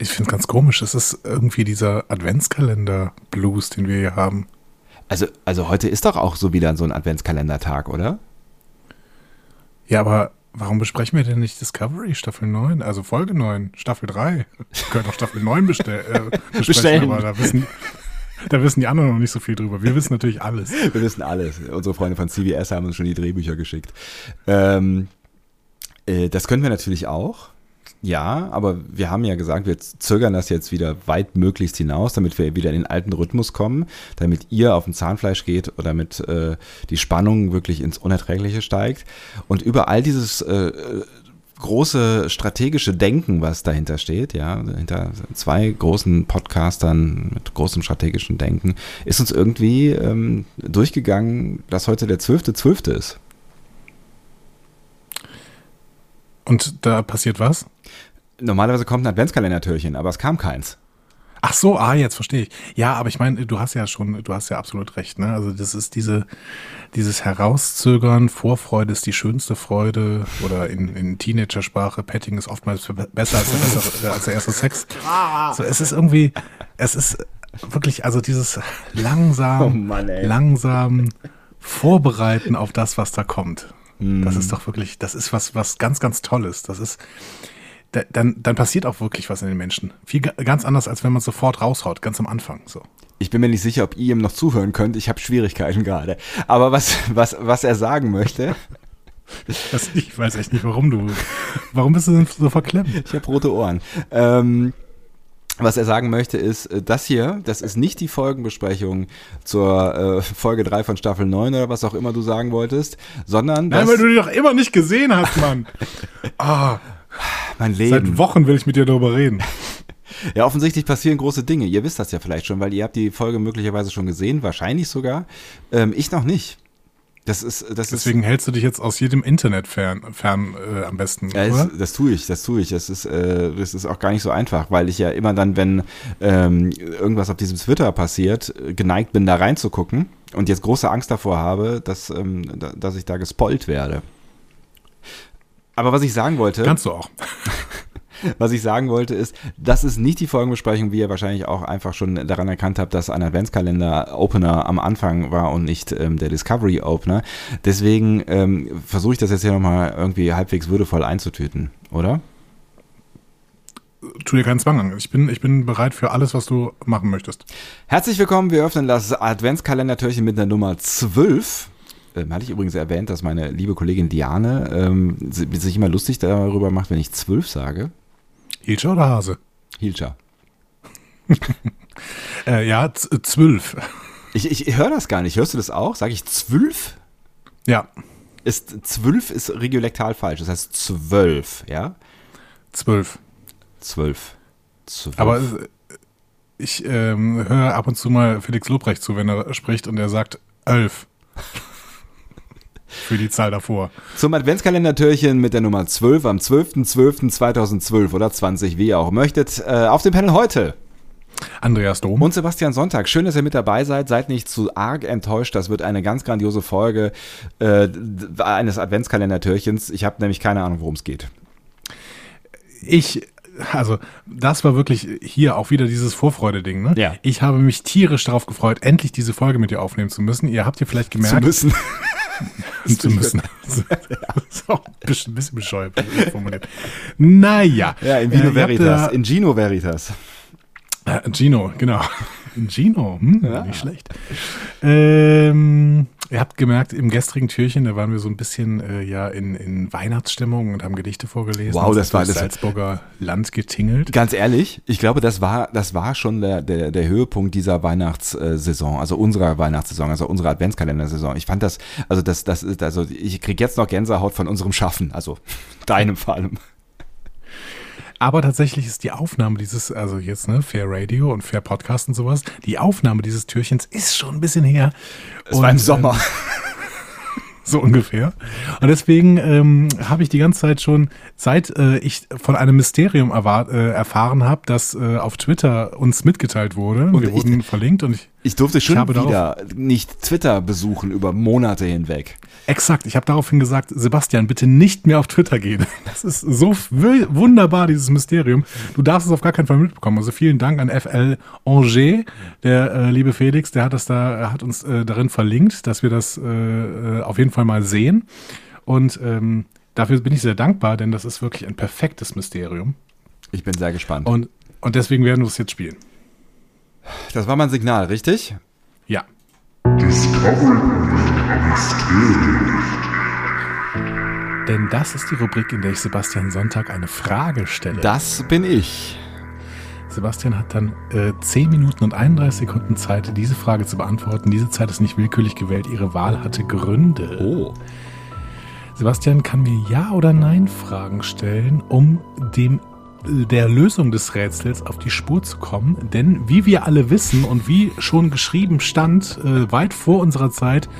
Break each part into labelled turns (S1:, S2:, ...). S1: Ich finde es ganz komisch. Es ist irgendwie dieser Adventskalender-Blues, den wir hier haben.
S2: Also, also heute ist doch auch so wieder so ein Adventskalendertag, oder?
S1: Ja, aber warum besprechen wir denn nicht Discovery Staffel 9, also Folge 9, Staffel 3? Wir können auch Staffel 9 bestell, äh, besprechen,
S2: Bestellen.
S1: aber da wissen, da wissen die anderen noch nicht so viel drüber. Wir wissen natürlich alles.
S2: Wir wissen alles. Unsere Freunde von CBS haben uns schon die Drehbücher geschickt. Ähm, äh, das können wir natürlich auch. Ja, aber wir haben ja gesagt, wir zögern das jetzt wieder weit möglichst hinaus, damit wir wieder in den alten Rhythmus kommen, damit ihr auf dem Zahnfleisch geht oder damit äh, die Spannung wirklich ins Unerträgliche steigt. Und über all dieses äh, große strategische Denken, was dahinter steht, ja, hinter zwei großen Podcastern mit großem strategischen Denken, ist uns irgendwie ähm, durchgegangen, dass heute der 12.12. ist.
S1: Und da passiert was?
S2: Normalerweise kommt ein Adventskalendertürchen, aber es kam keins.
S1: Ach so, ah, jetzt verstehe ich. Ja, aber ich meine, du hast ja schon, du hast ja absolut recht, ne? Also das ist diese, dieses Herauszögern, Vorfreude ist die schönste Freude oder in, in Teenagersprache, Petting ist oftmals be- besser als der, bessere, als der erste Sex. So, es ist irgendwie, es ist wirklich, also dieses langsam,
S2: Oh Mann, ey.
S1: langsam vorbereiten auf das, was da kommt.
S2: Hm.
S1: Das ist doch wirklich, das ist was, was ganz, ganz Tolles. Das ist, da, dann, dann passiert auch wirklich was in den Menschen. Viel, ga- ganz anders, als wenn man sofort raushaut, ganz am Anfang. So.
S2: Ich bin mir nicht sicher, ob ihr ihm noch zuhören könnt. Ich habe Schwierigkeiten gerade. Aber was, was, was er sagen möchte,
S1: Das, ich weiß echt nicht, warum du. Warum bist du denn so verklemmt?
S2: ich habe rote Ohren. Ähm, was er sagen möchte ist, äh, das hier, das ist nicht die Folgenbesprechung zur äh, Folge 3 von Staffel 9 oder was auch immer du sagen wolltest, sondern
S1: Nein,
S2: das,
S1: weil du die doch immer nicht gesehen hast, Mann. Ah,
S2: mein Leben.
S1: seit Wochen will ich mit dir darüber reden.
S2: Ja, offensichtlich passieren große Dinge. Ihr wisst das ja vielleicht schon, weil ihr habt die Folge möglicherweise schon gesehen, wahrscheinlich sogar. Ähm, ich noch nicht. Das ist, das ist
S1: Deswegen hältst du dich jetzt aus jedem Internet fern, fern äh, am besten.
S2: Ja,
S1: oder?
S2: das, das tue ich, das tue ich. Das ist, äh, das ist auch gar nicht so einfach, weil ich ja immer dann, wenn ähm, irgendwas auf diesem Twitter passiert, äh, geneigt bin, da reinzugucken und jetzt große Angst davor habe, dass, ähm, da, dass ich da gespoilt werde. Aber was ich sagen wollte,
S1: Kannst du auch.
S2: was ich sagen wollte, ist, das ist nicht die Folgenbesprechung, wie ihr wahrscheinlich auch einfach schon daran erkannt habt, dass ein Adventskalender-Opener am Anfang war und nicht ähm, der Discovery-Opener. Deswegen ähm, versuche ich das jetzt hier nochmal irgendwie halbwegs würdevoll einzutüten, oder?
S1: Tu dir keinen Zwang an. Ich bin, ich bin bereit für alles, was du machen möchtest.
S2: Herzlich willkommen, wir öffnen das Adventskalendertürchen mit der Nummer 12. Ähm, hatte ich übrigens erwähnt, dass meine liebe Kollegin Diane ähm, si- sich immer lustig darüber macht, wenn ich 12 sage.
S1: Hilscher oder Hase?
S2: Hilscha.
S1: Äh, ja, z- äh, zwölf.
S2: Ich, ich höre das gar nicht. Hörst du das auch? Sage ich 12?
S1: Ja,
S2: Ist, 12 ist regiolektal falsch. Das heißt 12, ja?
S1: zwölf.
S2: 12. 12.
S1: Aber äh, ich ähm, höre ab und zu mal Felix Lobrecht zu, wenn er spricht und er sagt elf. Für die Zahl davor.
S2: Zum Adventskalendertürchen mit der Nummer 12 am 12.12.2012 oder 20, wie ihr auch möchtet. Äh, auf dem Panel heute
S1: Andreas Dom.
S2: Und Sebastian Sonntag, schön, dass ihr mit dabei seid. Seid nicht zu arg enttäuscht. Das wird eine ganz grandiose Folge äh, d- eines Adventskalendertürchens. Ich habe nämlich keine Ahnung, worum es geht.
S1: ich, also das war wirklich hier auch wieder dieses Vorfreude-Ding. Ne?
S2: Ja.
S1: Ich habe mich tierisch darauf gefreut, endlich diese Folge mit dir aufnehmen zu müssen. Ihr habt ihr vielleicht gemerkt,
S2: müssen.
S1: zu müssen. Das ist auch ein bisschen, ein bisschen bescheuert formuliert. Naja.
S2: Ja, in Vino
S1: Äh, ihr habt
S2: Veritas.
S1: da-
S2: In Gino Veritas. Ah,
S1: Äh, Gino, genau. Gino, hm, nicht schlecht. Ähm, ihr habt gemerkt, im gestrigen Türchen, da waren wir so ein bisschen äh, ja in, in Weihnachtsstimmung und haben Gedichte vorgelesen.
S2: Wow,
S1: und
S2: das
S1: sind
S2: war-
S1: durchs
S2: das-
S1: Salzburger Land getingelt.
S2: Ganz ehrlich, ich glaube, das war, das war schon der, der, der Höhepunkt dieser Weihnachtssaison, also unserer Weihnachtssaison, also unserer Adventskalendersaison. Ich fand das, also das, das ist, also ich krieg jetzt noch Gänsehaut von unserem Schaffen, also deinem vor allem.
S1: Aber tatsächlich ist die Aufnahme dieses, also jetzt, ne, Fair Radio und Fair Podcast und sowas, die Aufnahme dieses Türchens ist schon ein bisschen her.
S2: Es war im
S1: Und, äh,
S2: Sommer.
S1: So ungefähr. Und deswegen ähm, habe ich die ganze Zeit schon, seit äh, ich von einem Mysterium erwar- äh, erfahren habe, das äh, auf Twitter uns mitgeteilt wurde, wir
S2: ich-
S1: wurden verlinkt und ich,
S2: Ich durfte schon
S1: habe darauf-
S2: wieder nicht Twitter besuchen über Monate hinweg.
S1: Exakt, ich habe daraufhin gesagt, Sebastian, bitte nicht mehr auf Twitter gehen. Das ist so w- wunderbar, dieses Mysterium. Du darfst es auf gar keinen Fall mitbekommen. Also vielen Dank an FL Angers, der äh, liebe Felix, der hat das da, er hat uns äh, darin verlinkt, dass wir das äh, äh, auf jeden Fall mal sehen. Und ähm, dafür bin ich sehr dankbar, denn das ist wirklich ein perfektes Mysterium.
S2: Ich bin sehr gespannt.
S1: Und, und deswegen werden wir es jetzt spielen.
S2: das war mein Signal, richtig?
S1: Ja. Denn das ist die Rubrik, in der ich Sebastian Sonntag eine Frage stelle.
S2: Das bin ich.
S1: Sebastian hat dann äh, 10 Minuten und 31 Sekunden Zeit, diese Frage zu beantworten. Diese Zeit ist nicht willkürlich gewählt. Ihre Wahl hatte Gründe.
S2: Oh.
S1: Sebastian kann mir Ja- oder Nein-Fragen stellen, um dem äh, der Lösung des Rätsels auf die Spur zu kommen. Denn wie wir alle wissen und wie schon geschrieben stand, äh, weit vor unserer Zeit,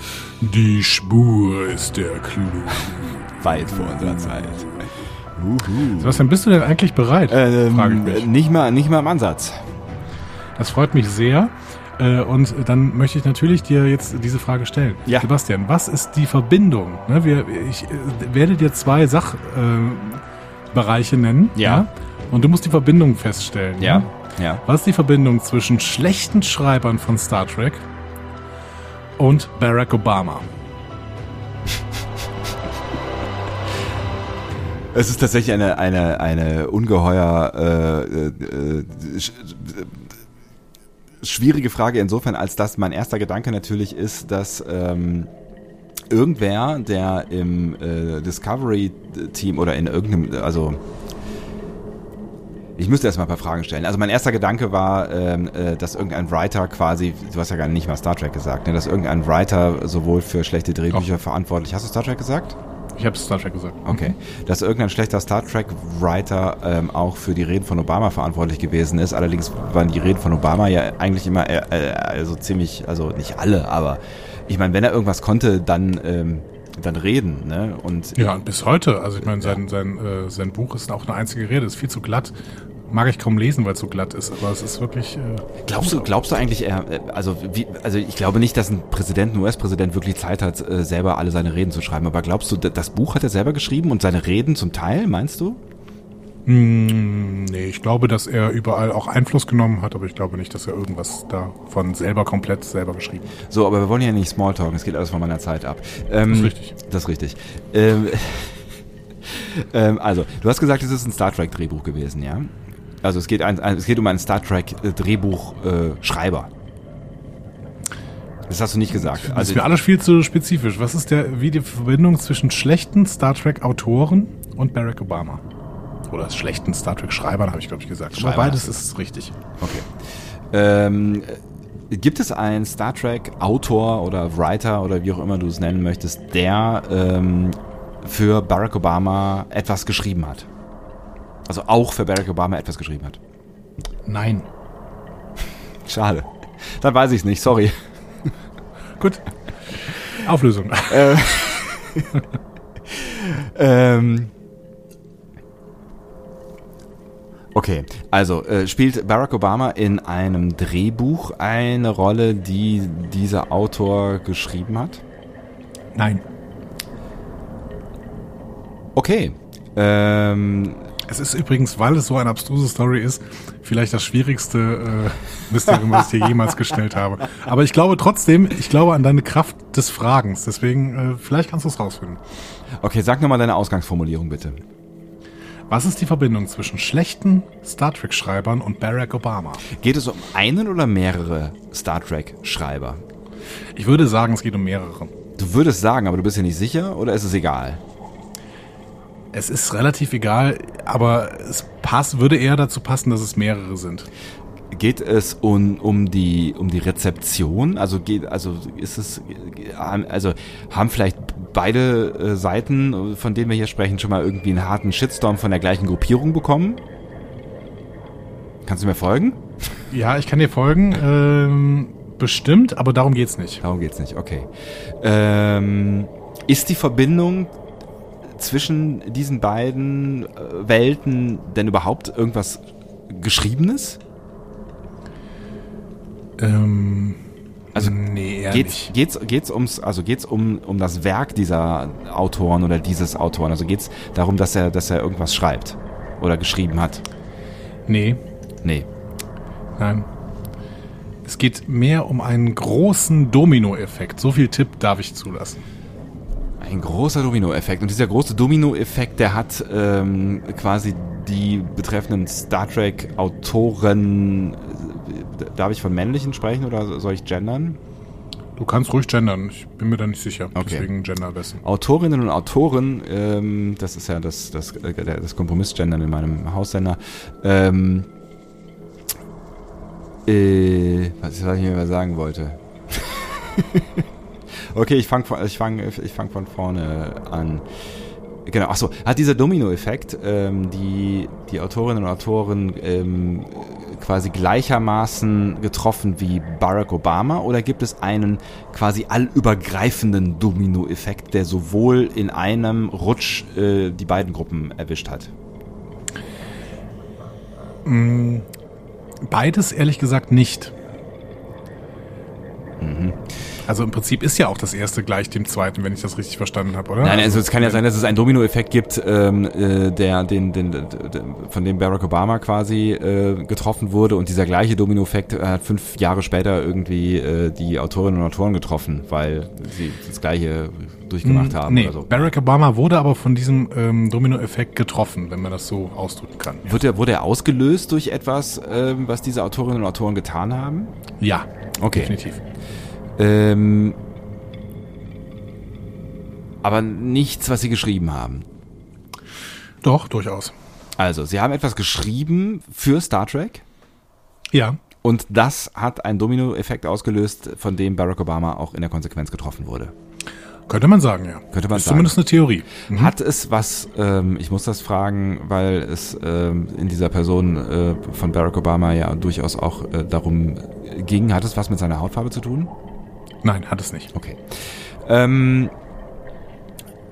S1: die Spur ist der Clou.
S2: Weit vor unserer Zeit. Uhu.
S1: Sebastian, bist du denn eigentlich bereit? Frage ich
S2: Ähm,
S1: mich.
S2: nicht, mal, nicht mal im Ansatz.
S1: Das freut mich sehr. Äh, Und dann möchte ich natürlich dir jetzt diese Frage stellen.
S2: Ja.
S1: Sebastian, was ist die Verbindung? Ne, wir, ich äh, werde dir zwei Sachbereiche äh, Bereiche nennen.
S2: Ja.
S1: Und du musst die Verbindung feststellen. ne?
S2: Ja.
S1: Was ist die Verbindung zwischen schlechten Schreibern von Star Trek und Barack Obama?
S2: Es ist tatsächlich eine, eine, eine ungeheuer äh, äh, äh, sch- äh, schwierige Frage insofern, als dass mein erster Gedanke natürlich ist, dass ähm, irgendwer, der im äh, Discovery-Team oder in irgendeinem, also ich müsste erstmal ein paar Fragen stellen. Also mein erster Gedanke war, ähm, äh, dass irgendein Writer quasi, du hast ja gar nicht mal Star Trek gesagt, ne, dass irgendein Writer sowohl für schlechte Drehbücher verantwortlich, hast du Star Trek gesagt?
S1: Ich habe Star Trek gesagt.
S2: Okay. Dass irgendein schlechter Star Trek-Writer ähm, auch für die Reden von Obama verantwortlich gewesen ist. Allerdings waren die Reden von Obama ja eigentlich immer äh, äh, also ziemlich, also nicht alle, aber ich meine, wenn er irgendwas konnte, dann, ähm, dann reden. Ne? Und
S1: Ja, und bis heute. Also ich meine, sein, sein, äh, sein Buch ist auch eine einzige Rede. Ist viel zu glatt. Mag ich kaum lesen, weil es so glatt ist. Aber es ist wirklich... Äh,
S2: Glaubst du, glaubst du eigentlich, er, äh, also, wie, also ich glaube nicht, dass ein Präsident, ein US-Präsident wirklich Zeit hat, äh, selber alle seine Reden zu schreiben. Aber glaubst du, d- das Buch hat er selber geschrieben und seine Reden zum Teil, meinst du?
S1: Nee, ich glaube, dass er überall auch Einfluss genommen hat, aber ich glaube nicht, dass er irgendwas davon selber komplett selber geschrieben hat.
S2: So, aber wir wollen ja nicht Smalltalken, es geht alles von meiner Zeit ab. Ähm,
S1: Das ist richtig.
S2: Das ist richtig. Ähm, ähm, also, du hast gesagt, es ist ein Star Trek Drehbuch gewesen, ja? Also es geht, ein, ein, es geht um einen Star Trek äh, Drehbuch äh, Schreiber. Das hast du nicht gesagt.
S1: Das ist
S2: Also,
S1: mir alles viel zu spezifisch. Was ist der, wie die Verbindung zwischen schlechten Star Trek-Autoren und Barack Obama? Oder schlechten Star Trek-Schreibern, habe ich, glaube ich, gesagt.
S2: Schreiber.
S1: Aber beides ist richtig.
S2: okay. Ähm, äh, gibt es einen Star Trek Autor oder Writer oder wie auch immer du es nennen möchtest, der ähm, für Barack Obama etwas geschrieben hat? Also auch für Barack Obama etwas geschrieben hat.
S1: Nein.
S2: Schade. Dann weiß ich es nicht, sorry.
S1: Gut. Auflösung.
S2: Äh, Ähm. Okay, also äh, spielt Barack Obama in einem Drehbuch eine Rolle, die dieser Autor geschrieben hat?
S1: Nein.
S2: Okay. Ähm,
S1: Es ist übrigens, weil es so eine abstruse Story ist, vielleicht das schwierigste äh, Mysterium, was ich dir jemals gestellt habe. Aber ich glaube trotzdem, ich glaube an deine Kraft des Fragens. Deswegen, äh, vielleicht kannst du es rausfinden.
S2: okay, sag nochmal deine Ausgangsformulierung bitte.
S1: Was ist die Verbindung zwischen schlechten Star Trek-Schreibern und Barack Obama?
S2: Geht es um einen oder mehrere Star Trek-Schreiber?
S1: Ich würde sagen, es geht um mehrere.
S2: Du würdest sagen, aber du bist dir nicht sicher oder ist es egal?
S1: Es ist relativ egal, aber es passt, würde eher dazu passen, dass es mehrere sind.
S2: Geht es um, um, die, um die Rezeption? Also geht, also ist es, haben- also haben vielleicht beide äh, Seiten, von denen wir hier sprechen, schon mal irgendwie einen harten Shitstorm von der gleichen Gruppierung bekommen? Kannst du mir folgen?
S1: Ja, ich kann dir folgen. Ähm, bestimmt, aber darum geht's nicht.
S2: Darum geht's nicht, okay. Ähm, ist die Verbindung zwischen diesen beiden äh, Welten denn überhaupt irgendwas Geschriebenes?
S1: Ähm,
S2: Also
S1: Nee, eher
S2: Geht's,
S1: nicht.
S2: geht's, geht's ums, also geht's um, um das Werk dieser Autoren oder dieses Autoren? Also geht's darum, dass er, dass er irgendwas schreibt oder geschrieben hat?
S1: Nee,
S2: Nee.
S1: nein. Es geht mehr um einen großen Domino-Effekt. So viel Tipp darf ich zulassen.
S2: Ein großer Domino-Effekt. Und dieser große Domino-Effekt, der hat ähm, quasi die betreffenden Star Trek-Autoren. äh, Darf ich von männlichen sprechen oder soll ich gendern?
S1: Du kannst ruhig gendern. Ich bin mir da nicht sicher.
S2: Okay.
S1: Deswegen gender besser.
S2: Autorinnen und Autoren, ähm, das ist ja das, das, äh, der- das Kompromissgendern in meinem Haussender, ähm, äh, was, was ich mir mal sagen wollte. okay, ich fange ich fang, ich fang von vorne an. Genau, achso, hat dieser Domino-Effekt, ähm, die, die Autorinnen und Autoren ähm, quasi gleichermaßen getroffen wie Barack Obama oder gibt es einen quasi allübergreifenden Domino-Effekt, der sowohl in einem Rutsch äh, die beiden Gruppen erwischt hat?
S1: Beides ehrlich gesagt nicht.
S2: Mhm.
S1: Also im Prinzip ist ja auch das erste gleich dem zweiten, wenn ich das richtig verstanden habe, oder?
S2: Nein, also es kann ja sein, dass es einen Dominoeffekt gibt, ähm, äh, der, den, den, den, von dem Barack Obama quasi äh, getroffen wurde und dieser gleiche Dominoeffekt äh, hat fünf Jahre später irgendwie äh, die Autorinnen und Autoren getroffen, weil sie das gleiche durchgemacht haben
S1: Hm. nee,
S2: oder so.
S1: Barack Obama wurde aber von diesem ähm, Domino-Effekt getroffen, wenn man das so ausdrücken kann.
S2: Wird er, wurde er ausgelöst durch etwas, ähm, was diese Autorinnen und Autoren getan haben?
S1: Ja,
S2: Okay.
S1: definitiv.
S2: Ähm, aber nichts, was sie geschrieben haben.
S1: Doch, durchaus.
S2: Also, sie haben etwas geschrieben für Star Trek.
S1: Ja,
S2: Und das hat einen Dominoeffekt ausgelöst, von dem Barack Obama auch in der Konsequenz getroffen wurde.
S1: könnte man sagen, ja.
S2: Könnte man
S1: ist
S2: sagen.
S1: zumindest eine Theorie. Mhm.
S2: Hat es was, ähm, ich muss das fragen, weil es ähm, in dieser Person äh, von Barack Obama ja durchaus auch äh, darum ging, hat es was mit seiner Hautfarbe zu tun?
S1: Nein, hat es nicht.
S2: Okay. Ähm,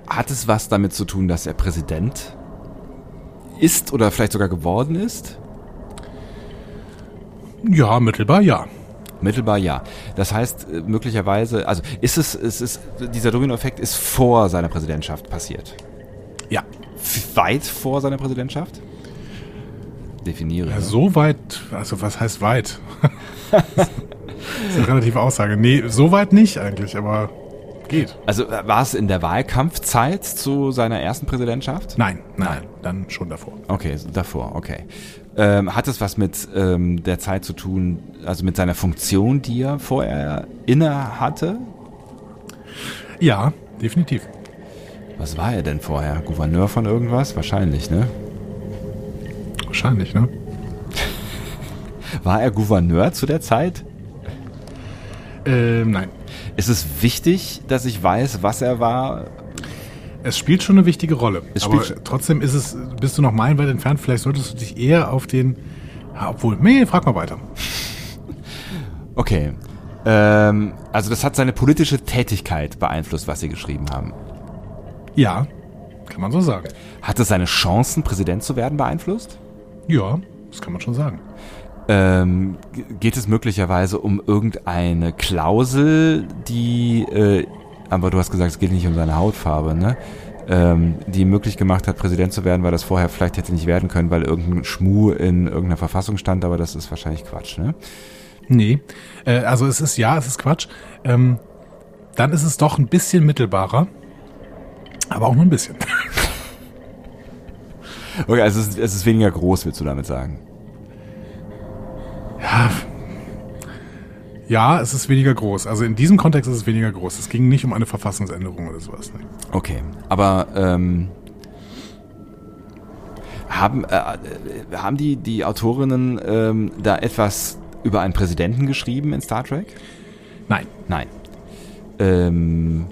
S2: hat es was damit zu tun, dass er Präsident ist oder vielleicht sogar geworden ist?
S1: Ja, mittelbar ja.
S2: Mittelbar ja. Das heißt, äh, möglicherweise, also ist es, es ist, dieser Dominoeffekt ist vor seiner Präsidentschaft passiert.
S1: Ja.
S2: F- Weit vor seiner Präsidentschaft? Definiere.
S1: Ja, So weit, also was heißt weit? das ist eine relative Aussage. Nee, so weit nicht eigentlich, aber geht.
S2: Also äh, war es in der Wahlkampfzeit zu seiner ersten Präsidentschaft?
S1: Nein, nein, dann schon davor.
S2: Okay, so davor, okay. Ähm, hat es was mit ähm, der Zeit zu tun, also mit seiner Funktion, die er vorher inne hatte?
S1: Ja, definitiv.
S2: Was war er denn vorher? Gouverneur von irgendwas? Wahrscheinlich, ne?
S1: Wahrscheinlich, ne?
S2: War er Gouverneur zu der Zeit?
S1: Ähm, nein.
S2: Ist es wichtig, dass ich weiß, was er war?
S1: Es spielt schon eine wichtige Rolle.
S2: Es
S1: aber
S2: spielt-
S1: trotzdem ist es, bist du noch meilenweit entfernt. Vielleicht solltest du dich eher auf den. Ja, obwohl, nee, frag mal weiter.
S2: Okay. Ähm, also das hat seine politische Tätigkeit beeinflusst, was Sie geschrieben haben.
S1: Ja, kann man so sagen.
S2: Hat es seine Chancen, Präsident zu werden, beeinflusst?
S1: Ja, das kann man schon sagen.
S2: Ähm, g- geht es möglicherweise um irgendeine Klausel, die, äh, aber du hast gesagt, es geht nicht um seine Hautfarbe, ne? Ähm, die ihm möglich gemacht hat, Präsident zu werden, weil das vorher vielleicht hätte nicht werden können, weil irgendein Schmuh in irgendeiner Verfassung stand, aber das ist wahrscheinlich Quatsch, ne?
S1: Nee. Äh, also es ist ja, es ist Quatsch. Ähm, dann ist es doch ein bisschen mittelbarer. Aber auch nur ein bisschen.
S2: Okay, also es ist, es ist weniger groß, willst du damit sagen?
S1: Ja, es ist weniger groß. Also in diesem Kontext ist es weniger groß. Es ging nicht um eine Verfassungsänderung oder sowas. Ne?
S2: Okay, aber ähm, haben, äh, äh, haben die, die Autorinnen ähm, da etwas über einen Präsidenten geschrieben in Star Trek?
S1: Nein.
S2: Nein. Ähm,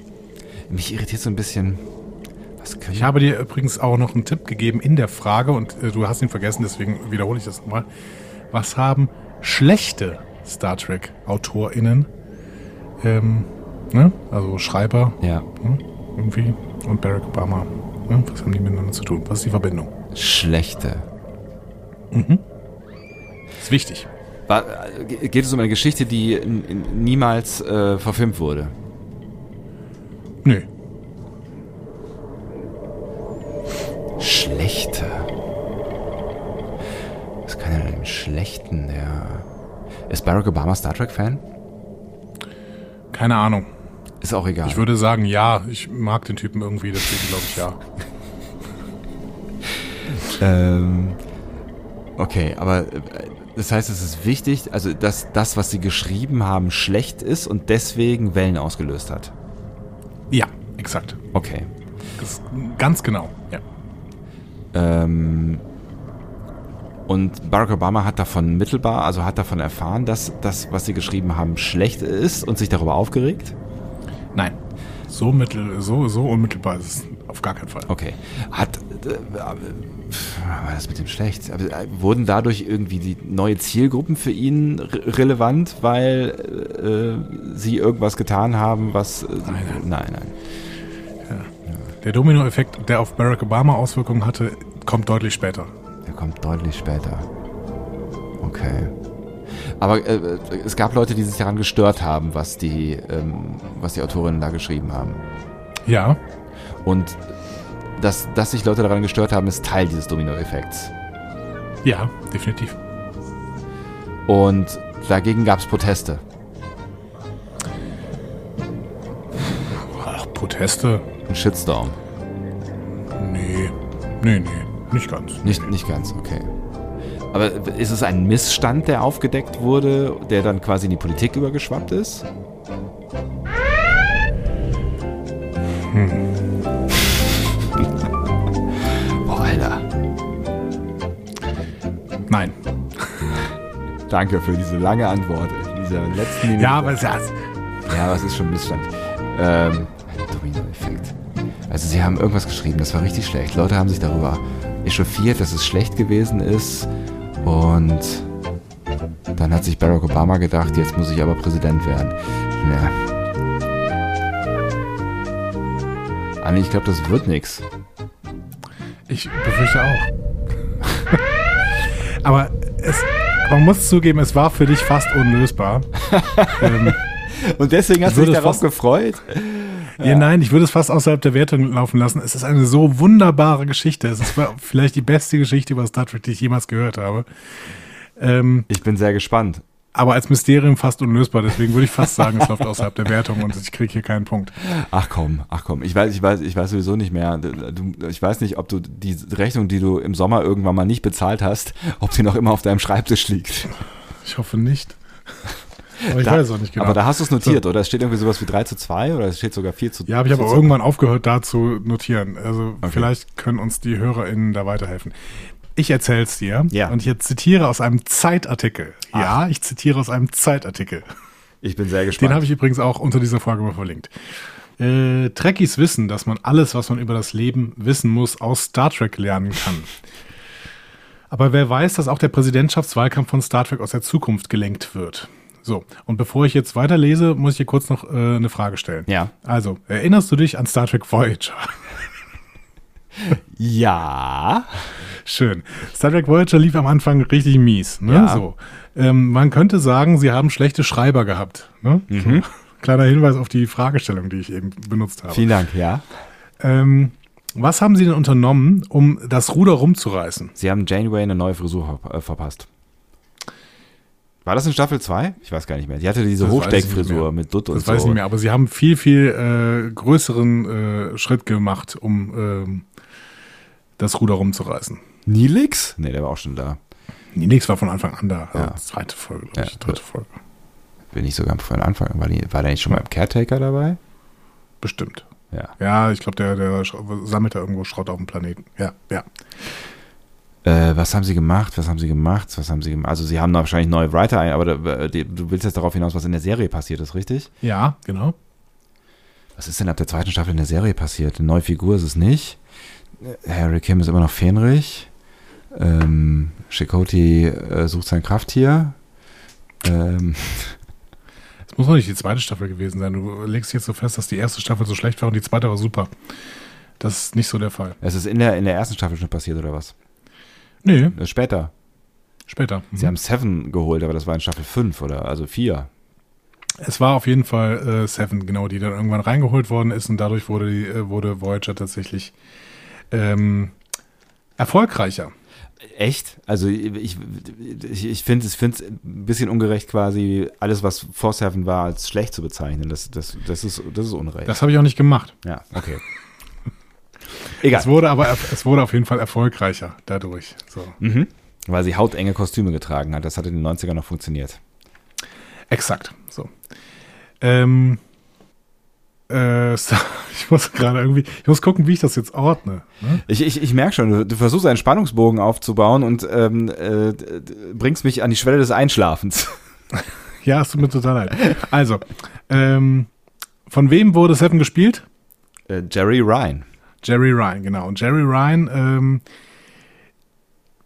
S2: mich irritiert so ein bisschen. Was können
S1: Ich habe dir übrigens auch noch einen Tipp gegeben in der Frage und äh, du hast ihn vergessen, deswegen wiederhole ich das nochmal. Was haben schlechte Star Trek-AutorInnen, ähm, ne? also Schreiber
S2: Ja.
S1: ne? irgendwie und Barack Obama, ne? was haben die miteinander zu tun? Was ist die Verbindung?
S2: Schlechte.
S1: Ist wichtig.
S2: war, geht es um eine Geschichte, die n- n- niemals äh, verfilmt wurde.
S1: Nö.
S2: Schlechte. Was kann denn einen schlechten, der. Ist Barack Obama Star Trek-Fan?
S1: Keine Ahnung.
S2: Ist auch egal.
S1: Ich würde sagen, ja, ich mag den Typen irgendwie, deswegen glaube ich ja.
S2: Ähm, okay, aber äh, das heißt, es ist wichtig, also dass das, was sie geschrieben haben, schlecht ist und deswegen Wellen ausgelöst hat.
S1: Ja, exakt.
S2: Okay.
S1: Das, ganz genau. Ja.
S2: Ähm, und Barack Obama hat davon mittelbar, also hat davon erfahren, dass das, was sie geschrieben haben, schlecht ist und sich darüber aufgeregt.
S1: Nein. So, mittel, so, so unmittelbar ist es auf gar keinen Fall.
S2: Okay. Hat äh, pf, war das mit dem schlecht? Aber, äh, wurden dadurch irgendwie die neue Zielgruppen für ihn re relevant, weil äh, sie irgendwas getan haben, was äh, nein, nein.
S1: Der Dominoeffekt, der auf Barack Obama Auswirkungen hatte, kommt deutlich später.
S2: Der kommt deutlich später. Okay. Aber äh, es gab Leute, die sich daran gestört haben, was die ähm, was die Autorinnen da geschrieben haben.
S1: Ja,
S2: Und dass, dass sich Leute daran gestört haben, ist Teil dieses Domino-Effekts.
S1: ja, definitiv.
S2: Und dagegen gab es Proteste.
S1: Ach, Proteste?
S2: Ein Shitstorm.
S1: Nee, nee, nee, nicht ganz.
S2: Nicht, nicht ganz, okay. Aber ist es ein Missstand, der aufgedeckt wurde, der dann quasi in die Politik übergeschwappt ist? Boah, Alter.
S1: Nein.
S2: Danke für diese lange Antwort in dieser letzten Minute.
S1: Ja, aber es ja,
S2: Ja, was ist schon Missstand? Ähm, Domino-Effekt. Also sie haben irgendwas geschrieben, das war richtig schlecht. Leute haben sich darüber echauffiert, dass es schlecht gewesen ist. Und dann hat sich Barack Obama gedacht, jetzt muss ich aber Präsident werden. Ja. Anni, ich glaube, das wird nix.
S1: ich befürchte auch. aber es, man muss zugeben, es war für dich fast unlösbar. ähm,
S2: Und deswegen
S1: hast du dich darauf
S2: gefreut?
S1: Ja, nein, ich würde es fast außerhalb der Wertung laufen lassen. Es ist eine so wunderbare Geschichte. Es ist vielleicht die beste Geschichte über Star Trek, die ich jemals gehört habe. Ähm,
S2: Ich bin sehr gespannt.
S1: aber als Mysterium fast unlösbar. Deswegen würde ich fast sagen, es läuft außerhalb der Wertung und ich kriege hier keinen Punkt.
S2: Ach komm, ach komm. Ich weiß, ich weiß, ich weiß sowieso nicht mehr. Du, ich weiß nicht, ob du die Rechnung, die du im Sommer irgendwann mal nicht bezahlt hast, ob sie noch immer auf deinem Schreibtisch liegt.
S1: Ich hoffe nicht. Aber ich
S2: Da-
S1: weiß auch nicht genau.
S2: Aber da hast du es notiert, oder? Es steht irgendwie sowas wie 3 zu 2 oder es steht sogar 4 zu
S1: ja, habe ich aber
S2: zu-
S1: irgendwann aufgehört, da zu notieren. Also
S2: Okay.
S1: vielleicht können uns die HörerInnen da weiterhelfen. Ich erzähl's dir
S2: Ja.
S1: und ich jetzt zitiere aus einem Zeitartikel. Ja, ich zitiere aus einem Zeitartikel.
S2: Ich bin sehr
S1: Den
S2: gespannt.
S1: habe ich übrigens auch unter dieser Frage mal verlinkt. Äh, Trekkies wissen, dass man alles, was man über das Leben wissen muss, aus Star Trek lernen kann. Aber wer weiß, dass auch der Präsidentschaftswahlkampf von Star Trek aus der Zukunft gelenkt wird? So, und bevor ich jetzt weiterlese, muss ich hier kurz noch äh, eine Frage stellen.
S2: Ja.
S1: Also, erinnerst du dich an Star Trek Voyager?
S2: ja.
S1: Schön. Star Trek Voyager lief am Anfang richtig mies. Ne?
S2: Ja.
S1: So. Ähm, man könnte sagen, sie haben schlechte Schreiber gehabt. Ne? So.
S2: Mhm.
S1: Kleiner Hinweis auf die Fragestellung, die ich eben benutzt habe.
S2: Vielen Dank, ja.
S1: Ähm, was haben Sie denn unternommen, um das Ruder rumzureißen?
S2: Sie haben Janeway eine neue Frisur ver- äh, verpasst. War das in Staffel 2? Ich weiß gar nicht mehr. Die hatte diese
S1: Das weiß ich nicht
S2: Hochsteckfrisur
S1: mehr.
S2: mit Dutt und
S1: Das
S2: so.
S1: weiß ich nicht mehr, aber Sie haben viel, viel äh, größeren äh, Schritt gemacht, um ähm, das Ruder rumzureißen.
S2: Nilix? Nee, der war auch schon da.
S1: Die nächste war von Anfang an da. Also
S2: Ja.
S1: Zweite Folge, glaube ich.
S2: Ja.
S1: Dritte Folge.
S2: Bin ich sogar von Anfang. War, die, war der nicht schon mal im Caretaker dabei?
S1: Bestimmt.
S2: Ja.
S1: Ja, ich glaube, der, der Schra- sammelt da irgendwo Schrott auf dem Planeten. Ja, ja.
S2: Äh, was haben sie gemacht? Was haben sie gemacht? Was haben sie gemacht? Also sie haben da wahrscheinlich neue Writer ein, aber da- äh, die- du willst jetzt darauf hinaus, was in der Serie passiert ist, richtig?
S1: Ja, genau.
S2: Was ist denn ab der zweiten Staffel in der Serie passiert? Eine neue Figur ist es nicht. Äh, Harry Kim ist immer noch Fenrich. Ähm, Chakoti äh, sucht sein Krafttier. Ähm,
S1: Es muss noch nicht die zweite Staffel gewesen sein. Du legst jetzt so fest, dass die erste Staffel so schlecht war und die zweite war super. Das ist nicht so der Fall.
S2: es ist in der, in der ersten Staffel schon passiert, oder was?
S1: Nee,
S2: Äh, Später.
S1: Später. Mhm.
S2: Sie haben Seven geholt, aber das war in Staffel 5 oder also 4.
S1: Es war auf jeden Fall äh, Seven, genau, die dann irgendwann reingeholt worden ist und dadurch wurde, die, äh, wurde Voyager tatsächlich ähm, erfolgreicher.
S2: Echt? Also ich, ich, ich finde es find's ein bisschen ungerecht quasi, alles, was vor Seven war, als schlecht zu bezeichnen. Das, das, das, ist, das ist unrecht.
S1: Das habe ich auch nicht gemacht.
S2: ja, okay.
S1: Egal. Es wurde aber es wurde auf jeden Fall erfolgreicher dadurch. So.
S2: Mhm. Weil sie hautenge Kostüme getragen hat. Das hatte in den 90ern noch funktioniert.
S1: Exakt. So. Ähm, äh, so, ich muss gerade irgendwie, ich muss gucken, wie ich das jetzt ordne. Ne?
S2: Ich, ich, ich merke schon, du, du versuchst einen Spannungsbogen aufzubauen und ähm, äh, d- d- bringst mich an die Schwelle des Einschlafens.
S1: Ja, es tut mir total leid. Also, ähm, von wem wurde Seven gespielt?
S2: Äh, Jerry Ryan.
S1: Jerry Ryan, genau. Und Jerry Ryan, ähm,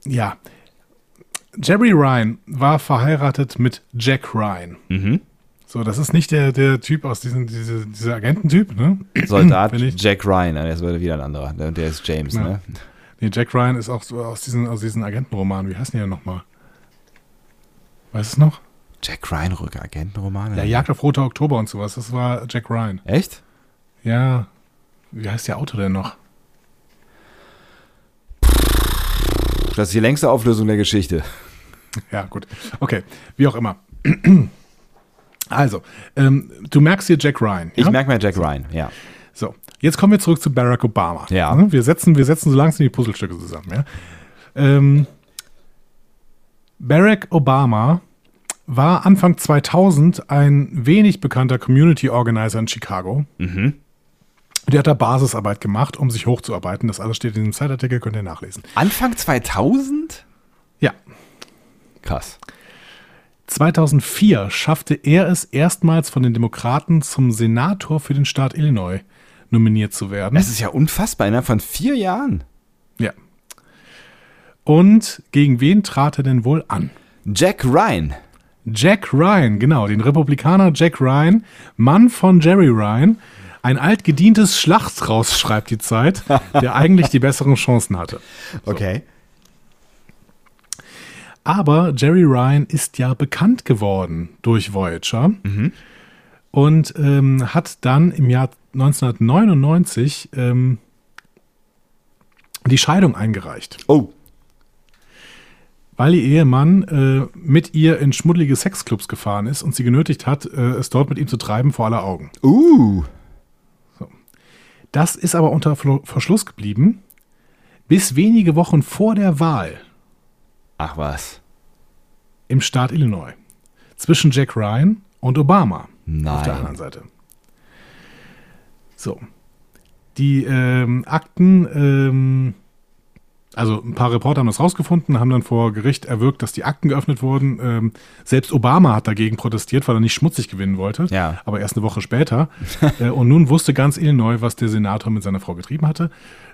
S1: ja. Jerry Ryan war verheiratet mit Jack Ryan.
S2: Mhm.
S1: So, das ist nicht der, der Typ aus diesem, diese, dieser Agententyp, ne?
S2: Soldat
S1: Bin ich-
S2: Jack Ryan. äh, Das war wieder ein anderer. Der, der ist James,
S1: Ja.
S2: ne?
S1: Nee, Jack Ryan ist auch so aus diesen, aus diesen Agentenromanen. Wie heißen die denn nochmal? Weißt du es noch?
S2: Jack Ryan, Rücke, Agentenromane.
S1: Der Jagd auf Roter Oktober und sowas. Das war Jack Ryan.
S2: Echt?
S1: Ja. Wie heißt der Autor denn noch?
S2: Das ist die längste Auflösung der Geschichte.
S1: Ja, gut. Okay, wie auch immer. Also, ähm, du merkst dir Jack Ryan.
S2: Ich
S1: ja?
S2: merke mir Jack Ryan, ja.
S1: So, jetzt kommen wir zurück zu Barack Obama.
S2: Ja.
S1: Ne? Wir setzen, wir setzen so langsam die Puzzlestücke zusammen. Ja? Ähm, Barack Obama war Anfang 2000 ein wenig bekannter Community Organizer in Chicago. Der hat da Basisarbeit gemacht, um sich hochzuarbeiten. Das alles steht in dem Zeitartikel, könnt ihr nachlesen.
S2: Anfang 2000?
S1: Ja,
S2: Krass.
S1: 2004 schaffte er es erstmals von den Demokraten zum Senator für den Staat Illinois nominiert zu werden.
S2: Das ist ja unfassbar, innerhalb von vier Jahren.
S1: Ja. Und gegen wen trat er denn wohl an?
S2: Jack Ryan.
S1: Jack Ryan, genau, den Republikaner Jack Ryan, Mann von Jerry Ryan, ein altgedientes Schlachtraus, schreibt die Zeit, der eigentlich die besseren Chancen hatte.
S2: Okay.
S1: Aber Jerry Ryan ist ja bekannt geworden durch Voyager und ähm, hat dann im Jahr 1999 ähm, die Scheidung eingereicht.
S2: Oh,
S1: weil ihr Ehemann äh, mit ihr in schmuddelige Sexclubs gefahren ist und sie genötigt hat, äh, es dort mit ihm zu treiben vor aller Augen.
S2: uh.
S1: Das ist aber unter Flo- Verschluss geblieben, bis wenige Wochen vor der Wahl
S2: Ach was.
S1: im Staat Illinois zwischen Jack Ryan und Obama auf der
S2: Nein.
S1: anderen Seite. So. Die ähm, Akten, ähm, also ein paar Reporter haben das rausgefunden, haben dann vor Gericht erwirkt, dass die Akten geöffnet wurden. Ähm, selbst Obama hat dagegen protestiert, weil er nicht schmutzig gewinnen wollte.
S2: Ja.
S1: Aber erst eine Woche später. äh, und nun wusste ganz Illinois, was der Senator mit seiner Frau getrieben hatte.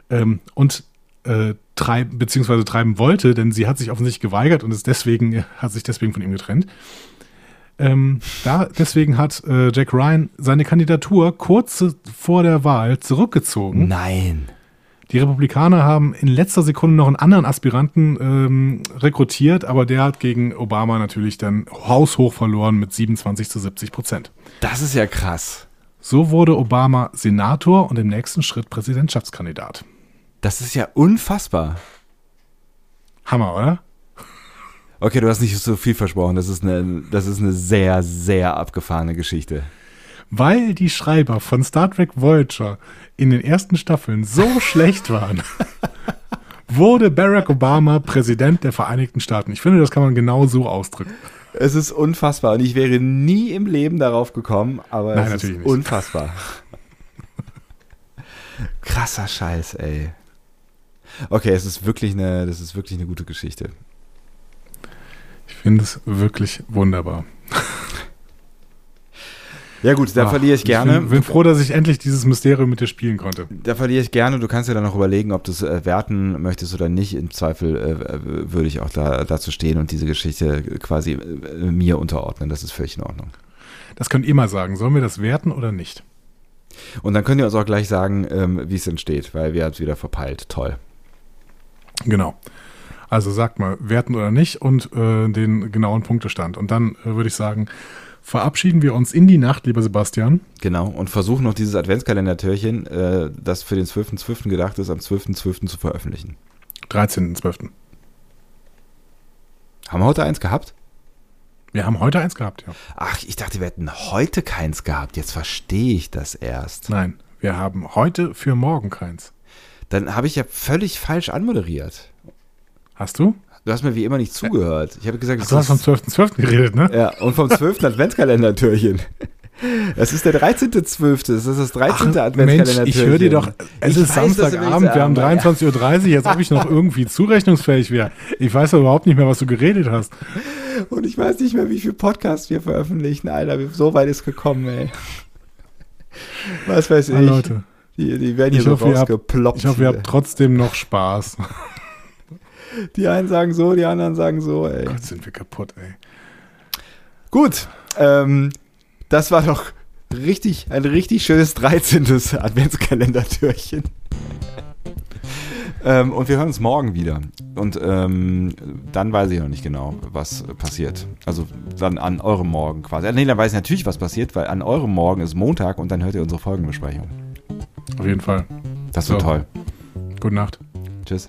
S1: Ähm, und äh, treib, beziehungsweise treiben wollte, denn sie hat sich offensichtlich geweigert und ist deswegen, hat sich deswegen von ihm getrennt. Ähm, da, deswegen hat äh, Jack Ryan seine Kandidatur kurz vor der Wahl zurückgezogen.
S2: Nein.
S1: Die Republikaner haben in letzter Sekunde noch einen anderen Aspiranten ähm, rekrutiert, aber der hat gegen Obama natürlich dann haushoch verloren mit 27 zu 70 Prozent.
S2: Das ist ja krass.
S1: So wurde Obama Senator und im nächsten Schritt Präsidentschaftskandidat.
S2: Das ist ja unfassbar.
S1: Hammer, oder?
S2: Okay, du hast nicht so viel versprochen. Das ist eine, das ist eine sehr, sehr abgefahrene Geschichte.
S1: Weil die Schreiber von Star Trek Voyager in den ersten Staffeln so schlecht waren, wurde Barack Obama Präsident der Vereinigten Staaten. Ich finde, das kann man genau so ausdrücken.
S2: Es ist unfassbar und ich wäre nie im Leben darauf gekommen, aber
S1: Nein,
S2: es ist
S1: natürlich nicht.
S2: unfassbar. Krasser Scheiß, ey. Okay, es ist wirklich eine, das ist wirklich eine gute Geschichte.
S1: Ich finde es wirklich wunderbar.
S2: Ja gut, da
S1: Ah,
S2: verliere ich gerne.
S1: bin, bin froh, dass ich endlich dieses Mysterium mit dir spielen konnte.
S2: Da verliere ich gerne. Du kannst ja dann noch überlegen, ob du es äh, werten möchtest oder nicht. Im Zweifel äh, w- würde ich auch da, dazu stehen und diese Geschichte quasi äh, mir unterordnen. Das ist völlig in Ordnung.
S1: Das könnt ihr mal sagen. Sollen wir das werten oder nicht?
S2: Und dann könnt ihr uns auch gleich sagen, ähm, wie es entsteht, weil wir haben es wieder verpeilt. Toll.
S1: Genau. Also sagt mal, werten oder nicht und äh, den genauen Punktestand. Und dann äh, würde ich sagen, verabschieden wir uns in die Nacht, lieber Sebastian.
S2: Genau, und versuchen noch dieses Adventskalendertürchen, äh, das für den 12.12. gedacht ist, am 12.12. zu veröffentlichen.
S1: 13.12.
S2: Haben wir heute eins gehabt?
S1: Wir haben heute eins gehabt, ja.
S2: Ach, ich dachte, wir hätten heute keins gehabt. Jetzt verstehe ich das erst.
S1: Nein, wir haben heute für morgen keins.
S2: Dann habe ich ja völlig falsch anmoderiert.
S1: Hast du?
S2: Du hast mir wie immer nicht zugehört. Ich habe gesagt,
S1: Ach, du hast vom 12.12. geredet, ne?
S2: ja, und vom 12. Adventskalendertürchen. Es ist der 13.12., es ist das 13.
S1: Mensch,
S2: Adventskalendertürchen.
S1: ich höre dir doch, es
S2: Ich
S1: ist
S2: weiß, dass du
S1: Samstagabend,
S2: wenigstens
S1: wir haben
S2: Abend-
S1: 23.30 Uhr, jetzt ob ich noch irgendwie zurechnungsfähig wäre. Ich weiß doch überhaupt nicht mehr, was du geredet hast.
S2: Und ich weiß nicht mehr, wie viel Podcasts wir veröffentlichen, Alter. wir- So weit ist gekommen, ey. Was weiß ich.
S1: Ah, Leute,
S2: Die, die werden hier
S1: Ich
S2: so
S1: hoffe, ihr habt-
S2: rausgeploppt.
S1: ich hoffe, ihr habt trotzdem noch Spaß.
S2: die einen sagen so, die anderen sagen so, ey.
S1: Gott, sind wir kaputt, ey.
S2: Gut, ähm, das war doch richtig, ein richtig schönes 13. Adventskalendertürchen. ähm, und wir hören uns morgen wieder. Und ähm, dann weiß ich noch nicht genau, was äh, passiert. Also dann an eurem Morgen quasi. Äh, Nee, dann weiß ich natürlich, was passiert, weil an eurem Morgen ist Montag und dann hört ihr unsere Folgenbesprechung.
S1: Auf jeden Fall.
S2: Das wird
S1: So.
S2: toll.
S1: Gute Nacht.
S2: Tschüss.